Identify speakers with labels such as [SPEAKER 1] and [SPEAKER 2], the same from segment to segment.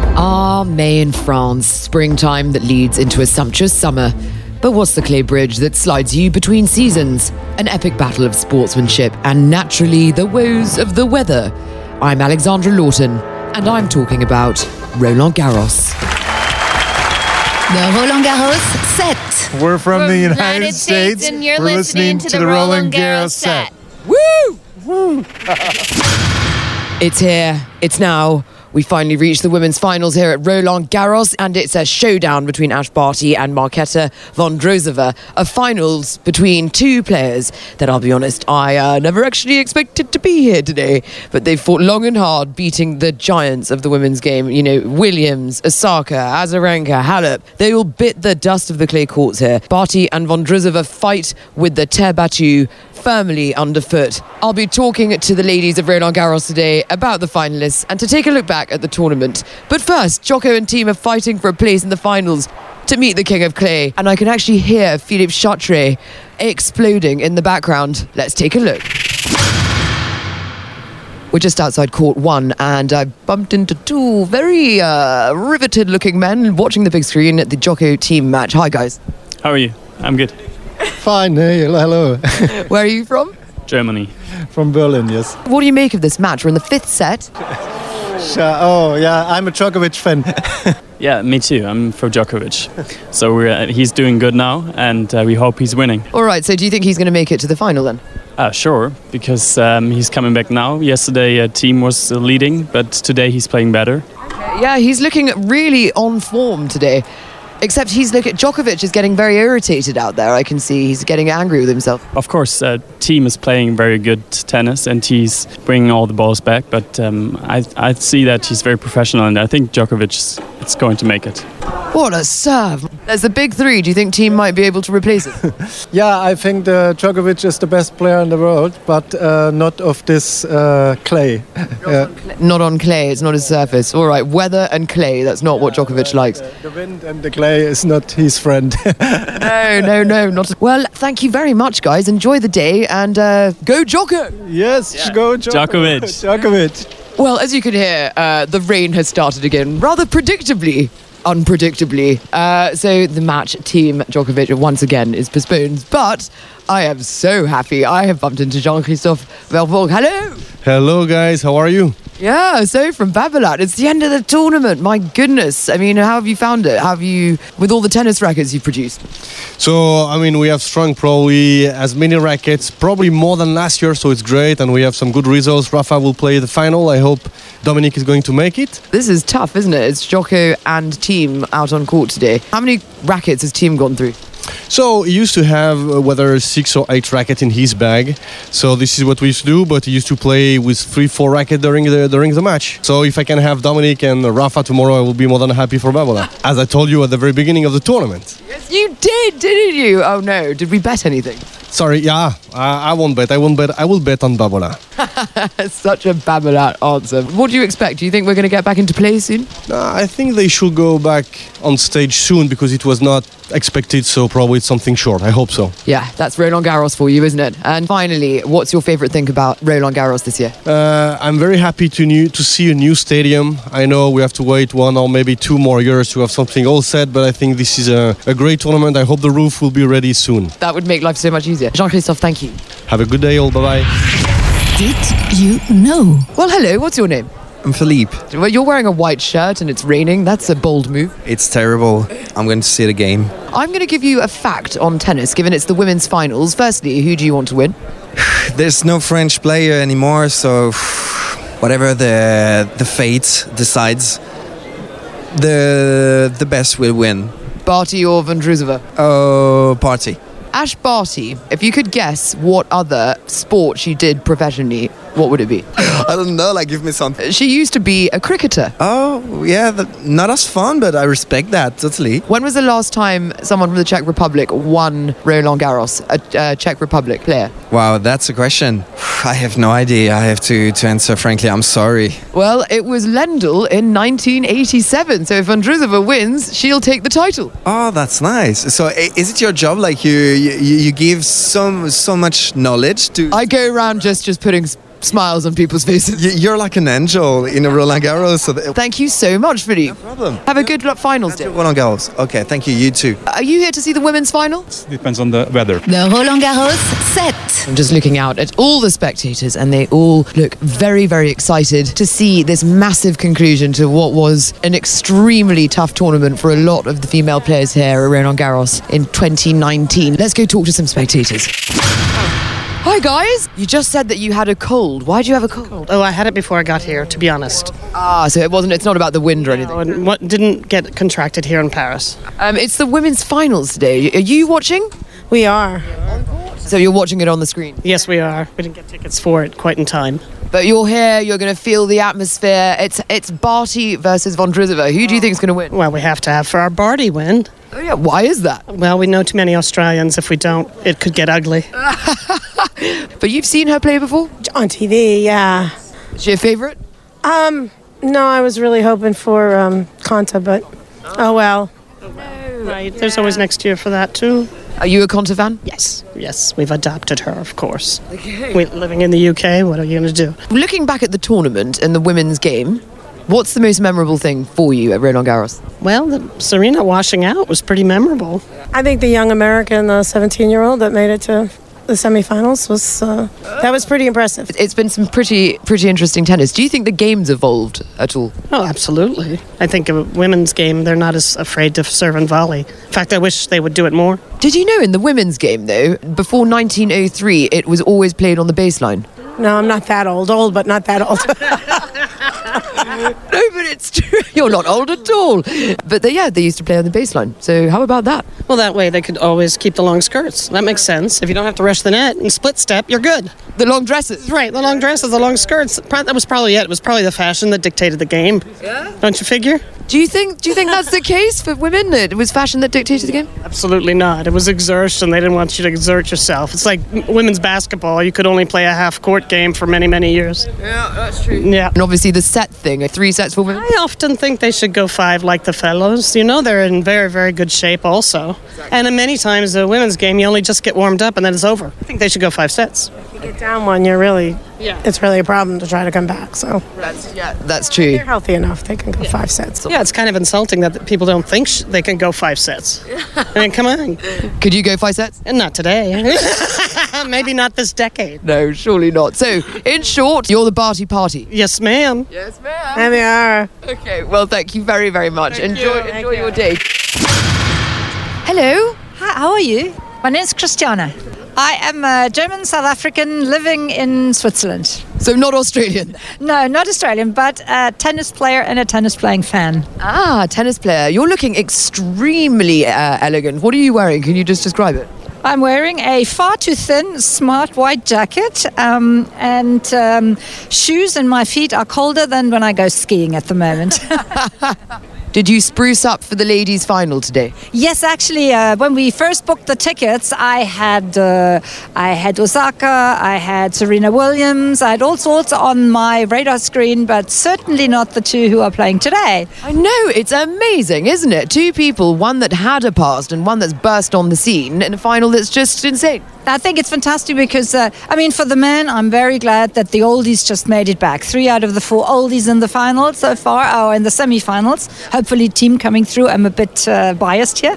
[SPEAKER 1] Calm May in France, springtime that leads into a sumptuous summer. But what's the clay bridge that slides you between seasons? An epic battle of sportsmanship and naturally the woes of the weather. I'm Alexandra Lawton, and I'm talking about Roland Garros.
[SPEAKER 2] The Roland Garros set.
[SPEAKER 3] We're from, the United,
[SPEAKER 4] United
[SPEAKER 3] States,
[SPEAKER 4] States, and you're
[SPEAKER 3] We're listening, to, the Roland Garros set.
[SPEAKER 1] Woo! Woo! it's here. It's now. We finally reached the women's finals here at Roland Garros, and it's a showdown between Ash Barty and Marketa Vondrosova. A finals between two players that I'll be honest, I uh, never actually expected to be here today. But they fought long and hard, beating the giants of the women's game. You know, Williams, Osaka, Azarenka, Halep. They all bit the dust of the clay courts here. Barty and Vondrosova fight with the Terbatu firmly underfoot. I'll be talking to the ladies of Roland Garros today about the finalists and to take a look back at the tournament. But first, Jocko and team are fighting for a place in the finals to meet the King of Clay. And I can actually hear Philippe Chartre exploding in the background. Let's take a look. We're just outside court one, and I bumped into two very uh, riveted looking men watching the big screen at the Jocko team match. Hi, guys.
[SPEAKER 5] How are you? I'm good.
[SPEAKER 3] Fine, hey, hello.
[SPEAKER 1] Where are you from?
[SPEAKER 5] Germany.
[SPEAKER 3] from Berlin, yes.
[SPEAKER 1] What do you make of this match? We're in the fifth set.
[SPEAKER 3] Sure. Oh, yeah, I'm a Djokovic fan.
[SPEAKER 5] Yeah, me too. I'm for Djokovic. So we're, uh, he's doing good now, and uh, we hope he's winning.
[SPEAKER 1] All right, so do you think he's going to make it to the final then?
[SPEAKER 5] Uh, sure, because um, he's coming back now. Yesterday, uh, team was uh, leading, but today he's playing better.
[SPEAKER 1] Yeah, he's looking really on form today. Except he's look at Djokovic is getting very irritated out there. I can see he's getting angry with himself.
[SPEAKER 5] Of course, uh, team is playing very good tennis, and he's bringing all the balls back. But um, I, I see that he's very professional, and I think Djokovic is it's going to make it.
[SPEAKER 1] What a serve! There's the big three. Do you think team might be able to replace it?
[SPEAKER 3] yeah, I think the Djokovic is the best player in the world, but uh, not of this uh, clay. Yeah.
[SPEAKER 1] not on clay. It's not his surface. All right, weather and clay. That's not what Djokovic likes.
[SPEAKER 3] The wind and the clay is not his friend.
[SPEAKER 1] No, no, no, not. Well, thank you very much, guys. Enjoy the day and uh, go Djoko.
[SPEAKER 3] yes, go Djokovic. Djokovic.
[SPEAKER 1] Well, as you can hear, uh, the rain has started again, rather predictably. Unpredictably. Uh, so the match team Djokovic once again is postponed. But I am so happy. I have bumped into Jean Christophe Verbourg. Hello!
[SPEAKER 6] Hello, guys. How are you?
[SPEAKER 1] Yeah, so from Babolat, it's the end of the tournament. My goodness. I mean, how have you found it? Have you, with all the tennis rackets you've produced?
[SPEAKER 6] So, I mean, we have strung probably as many rackets, probably more than last year, so it's great. And we have some good results. Rafa will play the final. I hope Dominic is going to make it.
[SPEAKER 1] This is tough, isn't it? It's Jocko and team out on court today. How many rackets has team gone through?
[SPEAKER 6] So, he used to have uh, whether six or eight rackets in his bag. So, this is what we used to do, but he used to play with three, four rackets during the, during the match. So, if I can have Dominic and Rafa tomorrow, I will be more than happy for Babolat, as I told you at the very beginning of the tournament.
[SPEAKER 1] You did, didn't you? Oh no, did we bet anything?
[SPEAKER 6] Sorry, yeah, I, I won't bet. I won't bet. I will bet on Babolat.
[SPEAKER 1] That's such a Babolat answer. What do you expect? Do you think we're going to get back into play soon?
[SPEAKER 6] Uh, I think they should go back on stage soon because it was not expected, so probably it's something short. I hope so.
[SPEAKER 1] Yeah, that's Roland Garros for you, isn't it? And finally, what's your favourite thing about Roland Garros this year?
[SPEAKER 6] Uh, I'm very happy to new to see a new stadium. I know we have to wait one or maybe two more years to have something all set, but I think this is a, a great tournament. I hope the roof will be ready soon.
[SPEAKER 1] That would make life so much easier. Jean Christophe, thank you.
[SPEAKER 6] Have a good day, all. Bye bye.
[SPEAKER 2] Did you know?
[SPEAKER 1] Well, hello, what's your name?
[SPEAKER 7] I'm Philippe.
[SPEAKER 1] Well, you're wearing a white shirt and it's raining. That's a bold move.
[SPEAKER 7] It's terrible. I'm going to see the game.
[SPEAKER 1] I'm going to give you a fact on tennis, given it's the women's finals. Firstly, who do you want to win?
[SPEAKER 7] There's no French player anymore, so whatever the the fate decides, the the best will win.
[SPEAKER 1] Barty or Vondrusova?
[SPEAKER 7] Oh, party.
[SPEAKER 1] Ash Barty, if you could guess what other sport she did professionally, what would it be? Uh,
[SPEAKER 7] I don't know. Like, give me something.
[SPEAKER 1] She used to be a cricketer.
[SPEAKER 7] Oh, yeah. That, not as fun, but I respect that totally.
[SPEAKER 1] When was the last time someone from the Czech Republic won Roland Garros, a uh, Czech Republic player?
[SPEAKER 7] Wow, that's a question. I have no idea. I have to to answer frankly. I'm sorry.
[SPEAKER 1] Well, it was Lendl in 1987. So if Andruzova wins, she'll take the title.
[SPEAKER 7] Oh, that's nice. So, i- is it your job? Like, you you, you give so so much knowledge to.
[SPEAKER 1] I go around just just putting s- smiles on people's faces.
[SPEAKER 7] Y- You're like an angel in a Roland Garros. So that-
[SPEAKER 1] Thank you so much, Philippe.
[SPEAKER 7] problem.
[SPEAKER 1] Have a good luck finals day.
[SPEAKER 7] Roland Garros. Okay, thank you. You too.
[SPEAKER 1] Are you here to see the women's final?
[SPEAKER 4] Depends on the weather.
[SPEAKER 2] Le Roland Garros 7.
[SPEAKER 1] I'm just looking out at all the spectators, and they all look very, very excited to see this massive conclusion to what was an extremely tough tournament for a lot of the female players here at Roland Garros in 2019. Let's go talk to some spectators. Hi, guys. You just said that you had a cold. Why do you have a cold?
[SPEAKER 8] Oh, I had it before I got here, to be honest.
[SPEAKER 1] Ah, so it wasn't. It's not about the wind or anything.
[SPEAKER 8] And what didn't get contracted here in Paris?
[SPEAKER 1] Um, it's the women's finals today. Are you watching?
[SPEAKER 8] We are.
[SPEAKER 1] So you're watching it on the screen.
[SPEAKER 8] Yes, we are. We didn't get tickets for it quite in time.
[SPEAKER 1] But you're here. You're going to feel the atmosphere. It's it's Barty versus Vondrusova. Who do you think is going to win?
[SPEAKER 8] Well, we have to have for our Barty win.
[SPEAKER 1] Oh, yeah, why is that?
[SPEAKER 8] Well, we know too many Australians. If we don't, it could get ugly.
[SPEAKER 1] But you've seen her play before?
[SPEAKER 9] On TV, yeah.
[SPEAKER 1] Is she a favourite?
[SPEAKER 9] Um, no, I was really hoping for um, Conta, but oh well.
[SPEAKER 8] Right. There's always next year for that, too.
[SPEAKER 1] Are you a Conta fan?
[SPEAKER 8] Yes. Yes, we've adopted her, of course. Okay. We're living in the UK. What are you going to do?
[SPEAKER 1] Looking back at the tournament and the women's game, what's the most memorable thing for you at Roland Garros?
[SPEAKER 8] Well, the Serena washing out was pretty memorable.
[SPEAKER 9] I think the young American, the 17-year-old that made it to the semifinals was uh, that was pretty impressive.
[SPEAKER 1] It's been some pretty pretty interesting tennis. Do you think the game's evolved at all?
[SPEAKER 8] Oh, absolutely. I think of a women's game, they're not as afraid to serve and volley. In fact, I wish they would do it more.
[SPEAKER 1] Did you know in the women's game though, before 1903, it was always played on the baseline?
[SPEAKER 9] No, I'm not that old, old but not that old.
[SPEAKER 1] No, but it's true. You're not old at all. But they, yeah, they used to play on the baseline. So how about that?
[SPEAKER 8] Well, that way they could always keep the long skirts. That makes sense. If you don't have to rush the net and split step, you're good.
[SPEAKER 1] The long dresses.
[SPEAKER 8] Right, the long dresses, the long skirts. Pro- That was probably it. It was probably the fashion that dictated the game. Yeah. Don't you figure?
[SPEAKER 1] Do you think? Do you think that's the case for women? That it was fashion that dictated the game.
[SPEAKER 8] Absolutely not. It was exertion. They didn't want you to exert yourself. It's like m- women's basketball. You could only play a half court game for many, many years. Yeah, that's true. Yeah.
[SPEAKER 1] And obviously the set thing, three sets for women.
[SPEAKER 8] I often think they should go five like the fellows. You know, they're in very, very good shape also. And in many times, the women's game, you only just get warmed up and then it's over. I think they should go five sets.
[SPEAKER 9] you get down one, you're really
[SPEAKER 8] Yeah.
[SPEAKER 9] it's really a problem to try to come back. So
[SPEAKER 1] That's true.
[SPEAKER 9] they're healthy enough; they can go five sets.
[SPEAKER 8] Yeah, it's kind of insulting that people don't think sh- they can go five sets. I mean, come on.
[SPEAKER 1] Could you go five sets?
[SPEAKER 8] And not today. Maybe not this decade.
[SPEAKER 1] No, surely not. So, in short, you're the Barty Party.
[SPEAKER 8] Yes, ma'am.
[SPEAKER 1] Yes, ma'am.
[SPEAKER 9] There they are.
[SPEAKER 1] Okay, well, thank you very, very much. enjoy enjoy your day. Hello.
[SPEAKER 10] Hi, how are you? My name is Christiana. I am a German South African living in Switzerland.
[SPEAKER 1] So, not Australian.
[SPEAKER 10] No, not Australian, but a tennis player and a tennis playing fan.
[SPEAKER 1] Ah, tennis player. You're looking extremely uh, elegant. What are you wearing? Can you just describe it?
[SPEAKER 10] I'm wearing a far too thin, smart white jacket, um, and um, shoes, and my feet are colder than when I go skiing at the moment.
[SPEAKER 1] Did you spruce up for the ladies' final today?
[SPEAKER 10] Yes, actually, uh, when we first booked the tickets, I had uh, I had Osaka, I had Serena Williams, I had all sorts on my radar screen, but certainly not the two who are playing today.
[SPEAKER 1] I know, it's amazing, isn't it? Two people, one that had a past and one that's burst on the scene, in a final that's just insane.
[SPEAKER 10] I think it's fantastic because uh, I mean, for the men, I'm very glad that the oldies just made it back. Three out of the four oldies in the final so far, or in the semi-finals. Hopefully, team coming through. I'm a bit uh, biased here,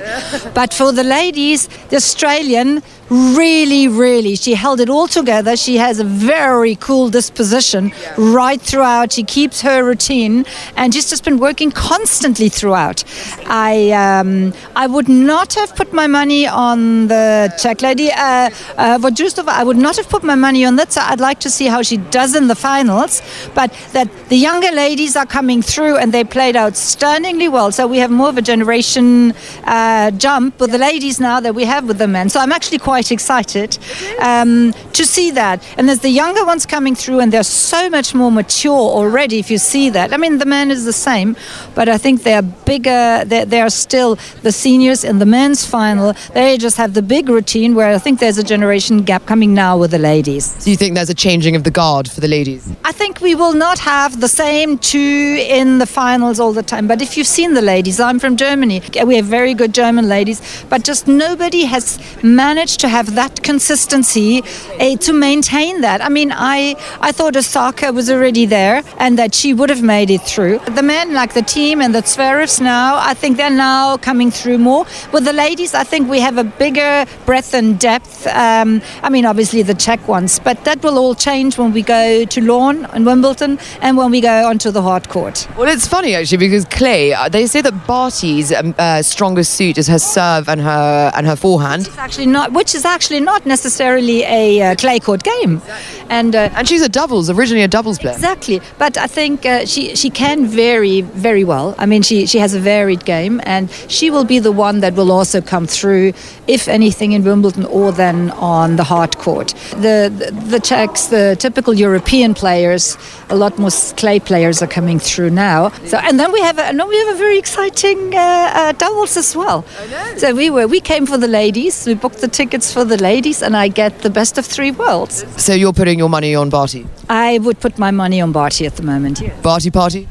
[SPEAKER 10] but for the ladies, the Australian really, really, she held it all together. She has a very cool disposition right throughout. She keeps her routine, and she's just been working constantly throughout. I um, I would not have put my money on the Czech lady uh, uh, Vodrustova. I would not have put my money on that. So I'd like to see how she does in the finals. But that the younger ladies are coming through and they played outstandingly well. So we have more of a generation uh, jump with the ladies now that we have with the men. So I'm actually quite excited um, to see that. And there's the younger ones coming through, and they're so much more mature already. If you see that, I mean, the men is the same, but I think they're bigger. They're, they're still the seniors in the men's final. They just have the big routine, where I think there's a generation gap coming now with the ladies.
[SPEAKER 1] So, you think there's a changing of the guard for the ladies?
[SPEAKER 10] I think we will not have the same two in the finals all the time. But if you've seen the ladies, I'm from Germany. We have very good German ladies, but just nobody has managed to have that consistency uh, to maintain that. I mean, I I thought Osaka was already there and that she would have made it through. The men, like the team and the Zverevs now, I think they're now coming through more. With the ladies, I think we have a bigger breadth and depth. Um, I mean, obviously the Czech ones, but that will all change when we go to Lawn and Wimbledon and when we go onto the hard court.
[SPEAKER 1] Well, it's funny actually because Clay, uh, they say that Barty's um, uh, strongest suit is her serve and her and her forehand.
[SPEAKER 10] It's actually not, which is actually not necessarily a uh, clay court game, and uh,
[SPEAKER 1] And she's a doubles, originally a doubles player.
[SPEAKER 10] Exactly, but I think uh, she she can vary very well. I mean, she she has a varied game, and she will be the one that will also come through, if anything, in Wimbledon or then on the hard court. The the, the Czechs, the typical European players, a lot more s- clay players are coming through now. So and then we have a, and then we have a very exciting uh, uh, doubles as well. So we were we came for the ladies. We booked the tickets for the ladies, and I get the best of three worlds.
[SPEAKER 1] So you're putting your money on Barty.
[SPEAKER 10] I would put my money on Barty at the moment.
[SPEAKER 1] Barty party.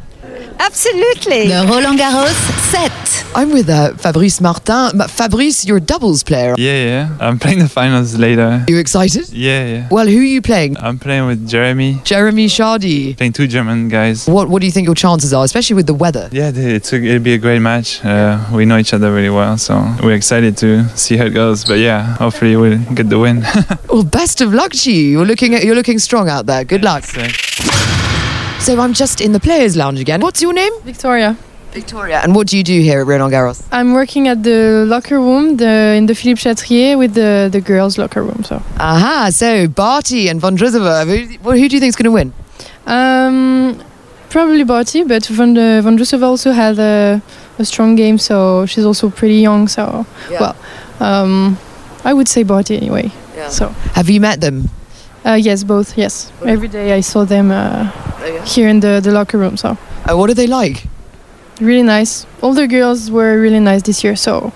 [SPEAKER 10] Absolutely.
[SPEAKER 2] Le Roland Garros 7.
[SPEAKER 1] I'm with uh, Fabrice Martin. Ma- Fabrice, you're a doubles player.
[SPEAKER 4] Yeah, yeah. I'm playing the finals later.
[SPEAKER 1] You excited?
[SPEAKER 4] Yeah, yeah.
[SPEAKER 1] Well, who are you playing?
[SPEAKER 4] I'm playing with Jeremy.
[SPEAKER 1] Jeremy Shardy.
[SPEAKER 4] Playing two German guys.
[SPEAKER 1] What What do you think your chances are, especially with the weather?
[SPEAKER 4] Yeah, they- it's a, it'll be a great match. Uh, we know each other really well, so we're excited to see how it goes. But yeah, hopefully we'll get the win.
[SPEAKER 1] Well, best of luck to you. You're looking at, You're looking strong out there. Good luck.
[SPEAKER 4] So-
[SPEAKER 1] So I'm just in the players' lounge again. What's your name?
[SPEAKER 11] Victoria.
[SPEAKER 1] Victoria. And what do you do here at Roland Garros?
[SPEAKER 11] I'm working at the locker room the, in the Philippe Chatrier with the, the girls' locker room. So
[SPEAKER 1] Aha. So Barty and Von Drizova. Who, who do you think's going to win?
[SPEAKER 11] um, probably Barty, but Van de, Van Dusova also had a, a strong game, so she's also pretty young. So well, um, I would say Barty anyway. So
[SPEAKER 1] Have you met them?
[SPEAKER 11] uh, yes, both yes. Every day I saw them uh, here in the, the locker room. So
[SPEAKER 1] Uh, what are they like?
[SPEAKER 11] really nice. All the girls were really nice this year. So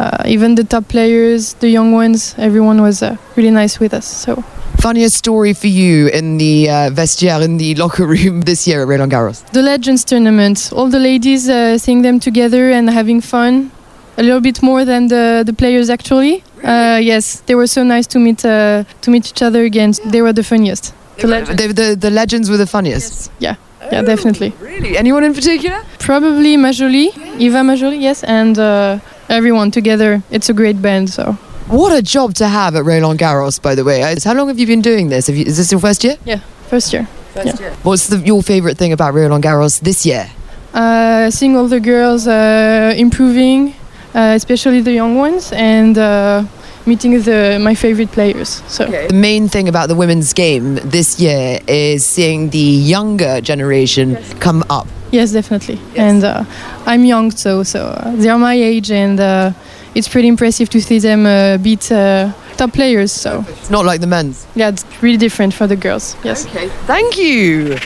[SPEAKER 11] uh, even the top players, the young ones, everyone was uh, really nice with us. So
[SPEAKER 1] Funniest story for you in the uh, vestiaire, in the locker room this year at Roland Garros?
[SPEAKER 11] the Legends tournament, all the ladies uh, seeing them together and having fun, a little bit more than the, the players actually. Uh, yes, they were so nice to meet uh, to meet each other again. They were the funniest. The legends.
[SPEAKER 1] The, the, the legends were the funniest.
[SPEAKER 11] Yeah, yeah, definitely.
[SPEAKER 1] Really? Anyone in particular?
[SPEAKER 11] Probably Majoli, Eva Majoli, yes, and uh, everyone together. It's a great band. So
[SPEAKER 1] What a job to have at Roland Garros, by the way. Uh, How long have you been doing this? Have you, is this your first year?
[SPEAKER 11] yeah, first year.
[SPEAKER 1] What's the, your favourite thing about Roland Garros this year?
[SPEAKER 11] uh, seeing all the girls uh, improving, uh, especially the young ones, and uh, meeting the my favorite players. So
[SPEAKER 1] The main thing about the women's game this year is seeing the younger generation come up.
[SPEAKER 11] yes, definitely. And uh, I'm young, so so uh, they are my age, and uh, it's pretty impressive to see them uh, beat uh, top players. So
[SPEAKER 1] It's not like the men's.
[SPEAKER 11] yeah, it's really different for the girls. Yes.
[SPEAKER 1] Thank you.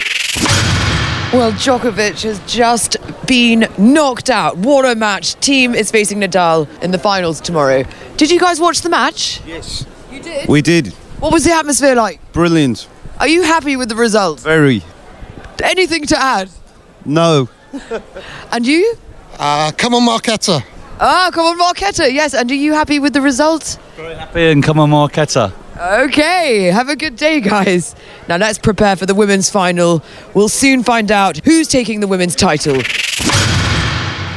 [SPEAKER 1] Well, Djokovic has just been knocked out. What a match. Team is facing Nadal in the finals tomorrow. Did you guys watch the match?
[SPEAKER 12] We did.
[SPEAKER 1] What was the atmosphere like?
[SPEAKER 12] Brilliant.
[SPEAKER 1] Are you happy with the result?
[SPEAKER 12] Very.
[SPEAKER 1] Anything to add?
[SPEAKER 12] No.
[SPEAKER 1] And you?
[SPEAKER 13] Uh, come on, Marquetta.
[SPEAKER 1] Ah, come on, Marquetta. Yes, and are you happy with the result?
[SPEAKER 14] Happy and come on, Marquetta.
[SPEAKER 1] Okay, have a good day, guys. Now let's prepare for the women's final. We'll soon find out who's taking the women's title.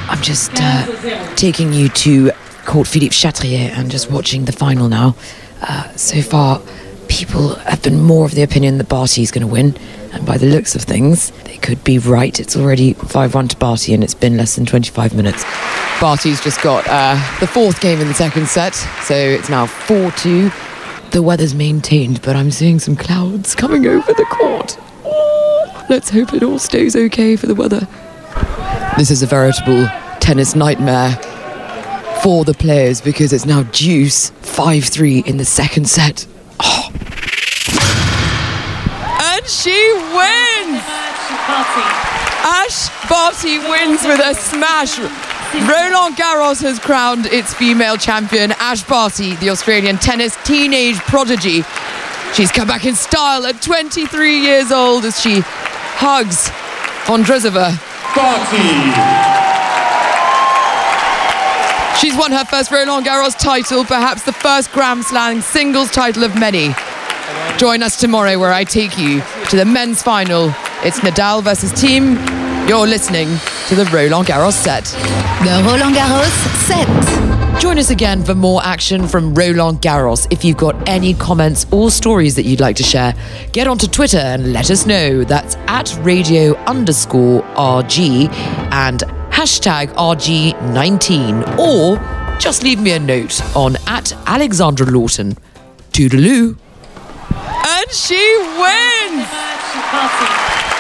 [SPEAKER 1] I'm just uh, taking you to Court Philippe Chatrier and just watching the final now. Uh, so far, people have been more of the opinion that Barty's going to win, and by the looks of things, they could be right. It's already 5 1 to Barty, and it's been less than 25 minutes. Barty's just got uh, the fourth game in the second set, so it's now 4 2. The weather's maintained, but I'm seeing some clouds coming over the court. Oh, let's hope it all stays okay for the weather. This is a veritable tennis nightmare for the players because it's now deuce 5 3 in the second set. Oh. And she wins! Ash Barty wins with a smash. Roland Garros has crowned its female champion, Ash Barty, the Australian tennis teenage prodigy. She's come back in style at 23 years old as she hugs Von Drezova.
[SPEAKER 15] Barty.
[SPEAKER 1] She's won her first Roland Garros title, perhaps the first Grand Slam singles title of many. Join us tomorrow where I take you to the men's final. It's Nadal versus Team. You're listening to the Roland Garros set.
[SPEAKER 2] Le Roland Garros set.
[SPEAKER 1] Join us again for more action from Roland Garros. If you've got any comments or stories that you'd like to share, get onto Twitter and let us know. That's at radio underscore RG and hashtag RG19. Or just leave me a note on at Alexandra Lawton. Toodaloo. And she wins!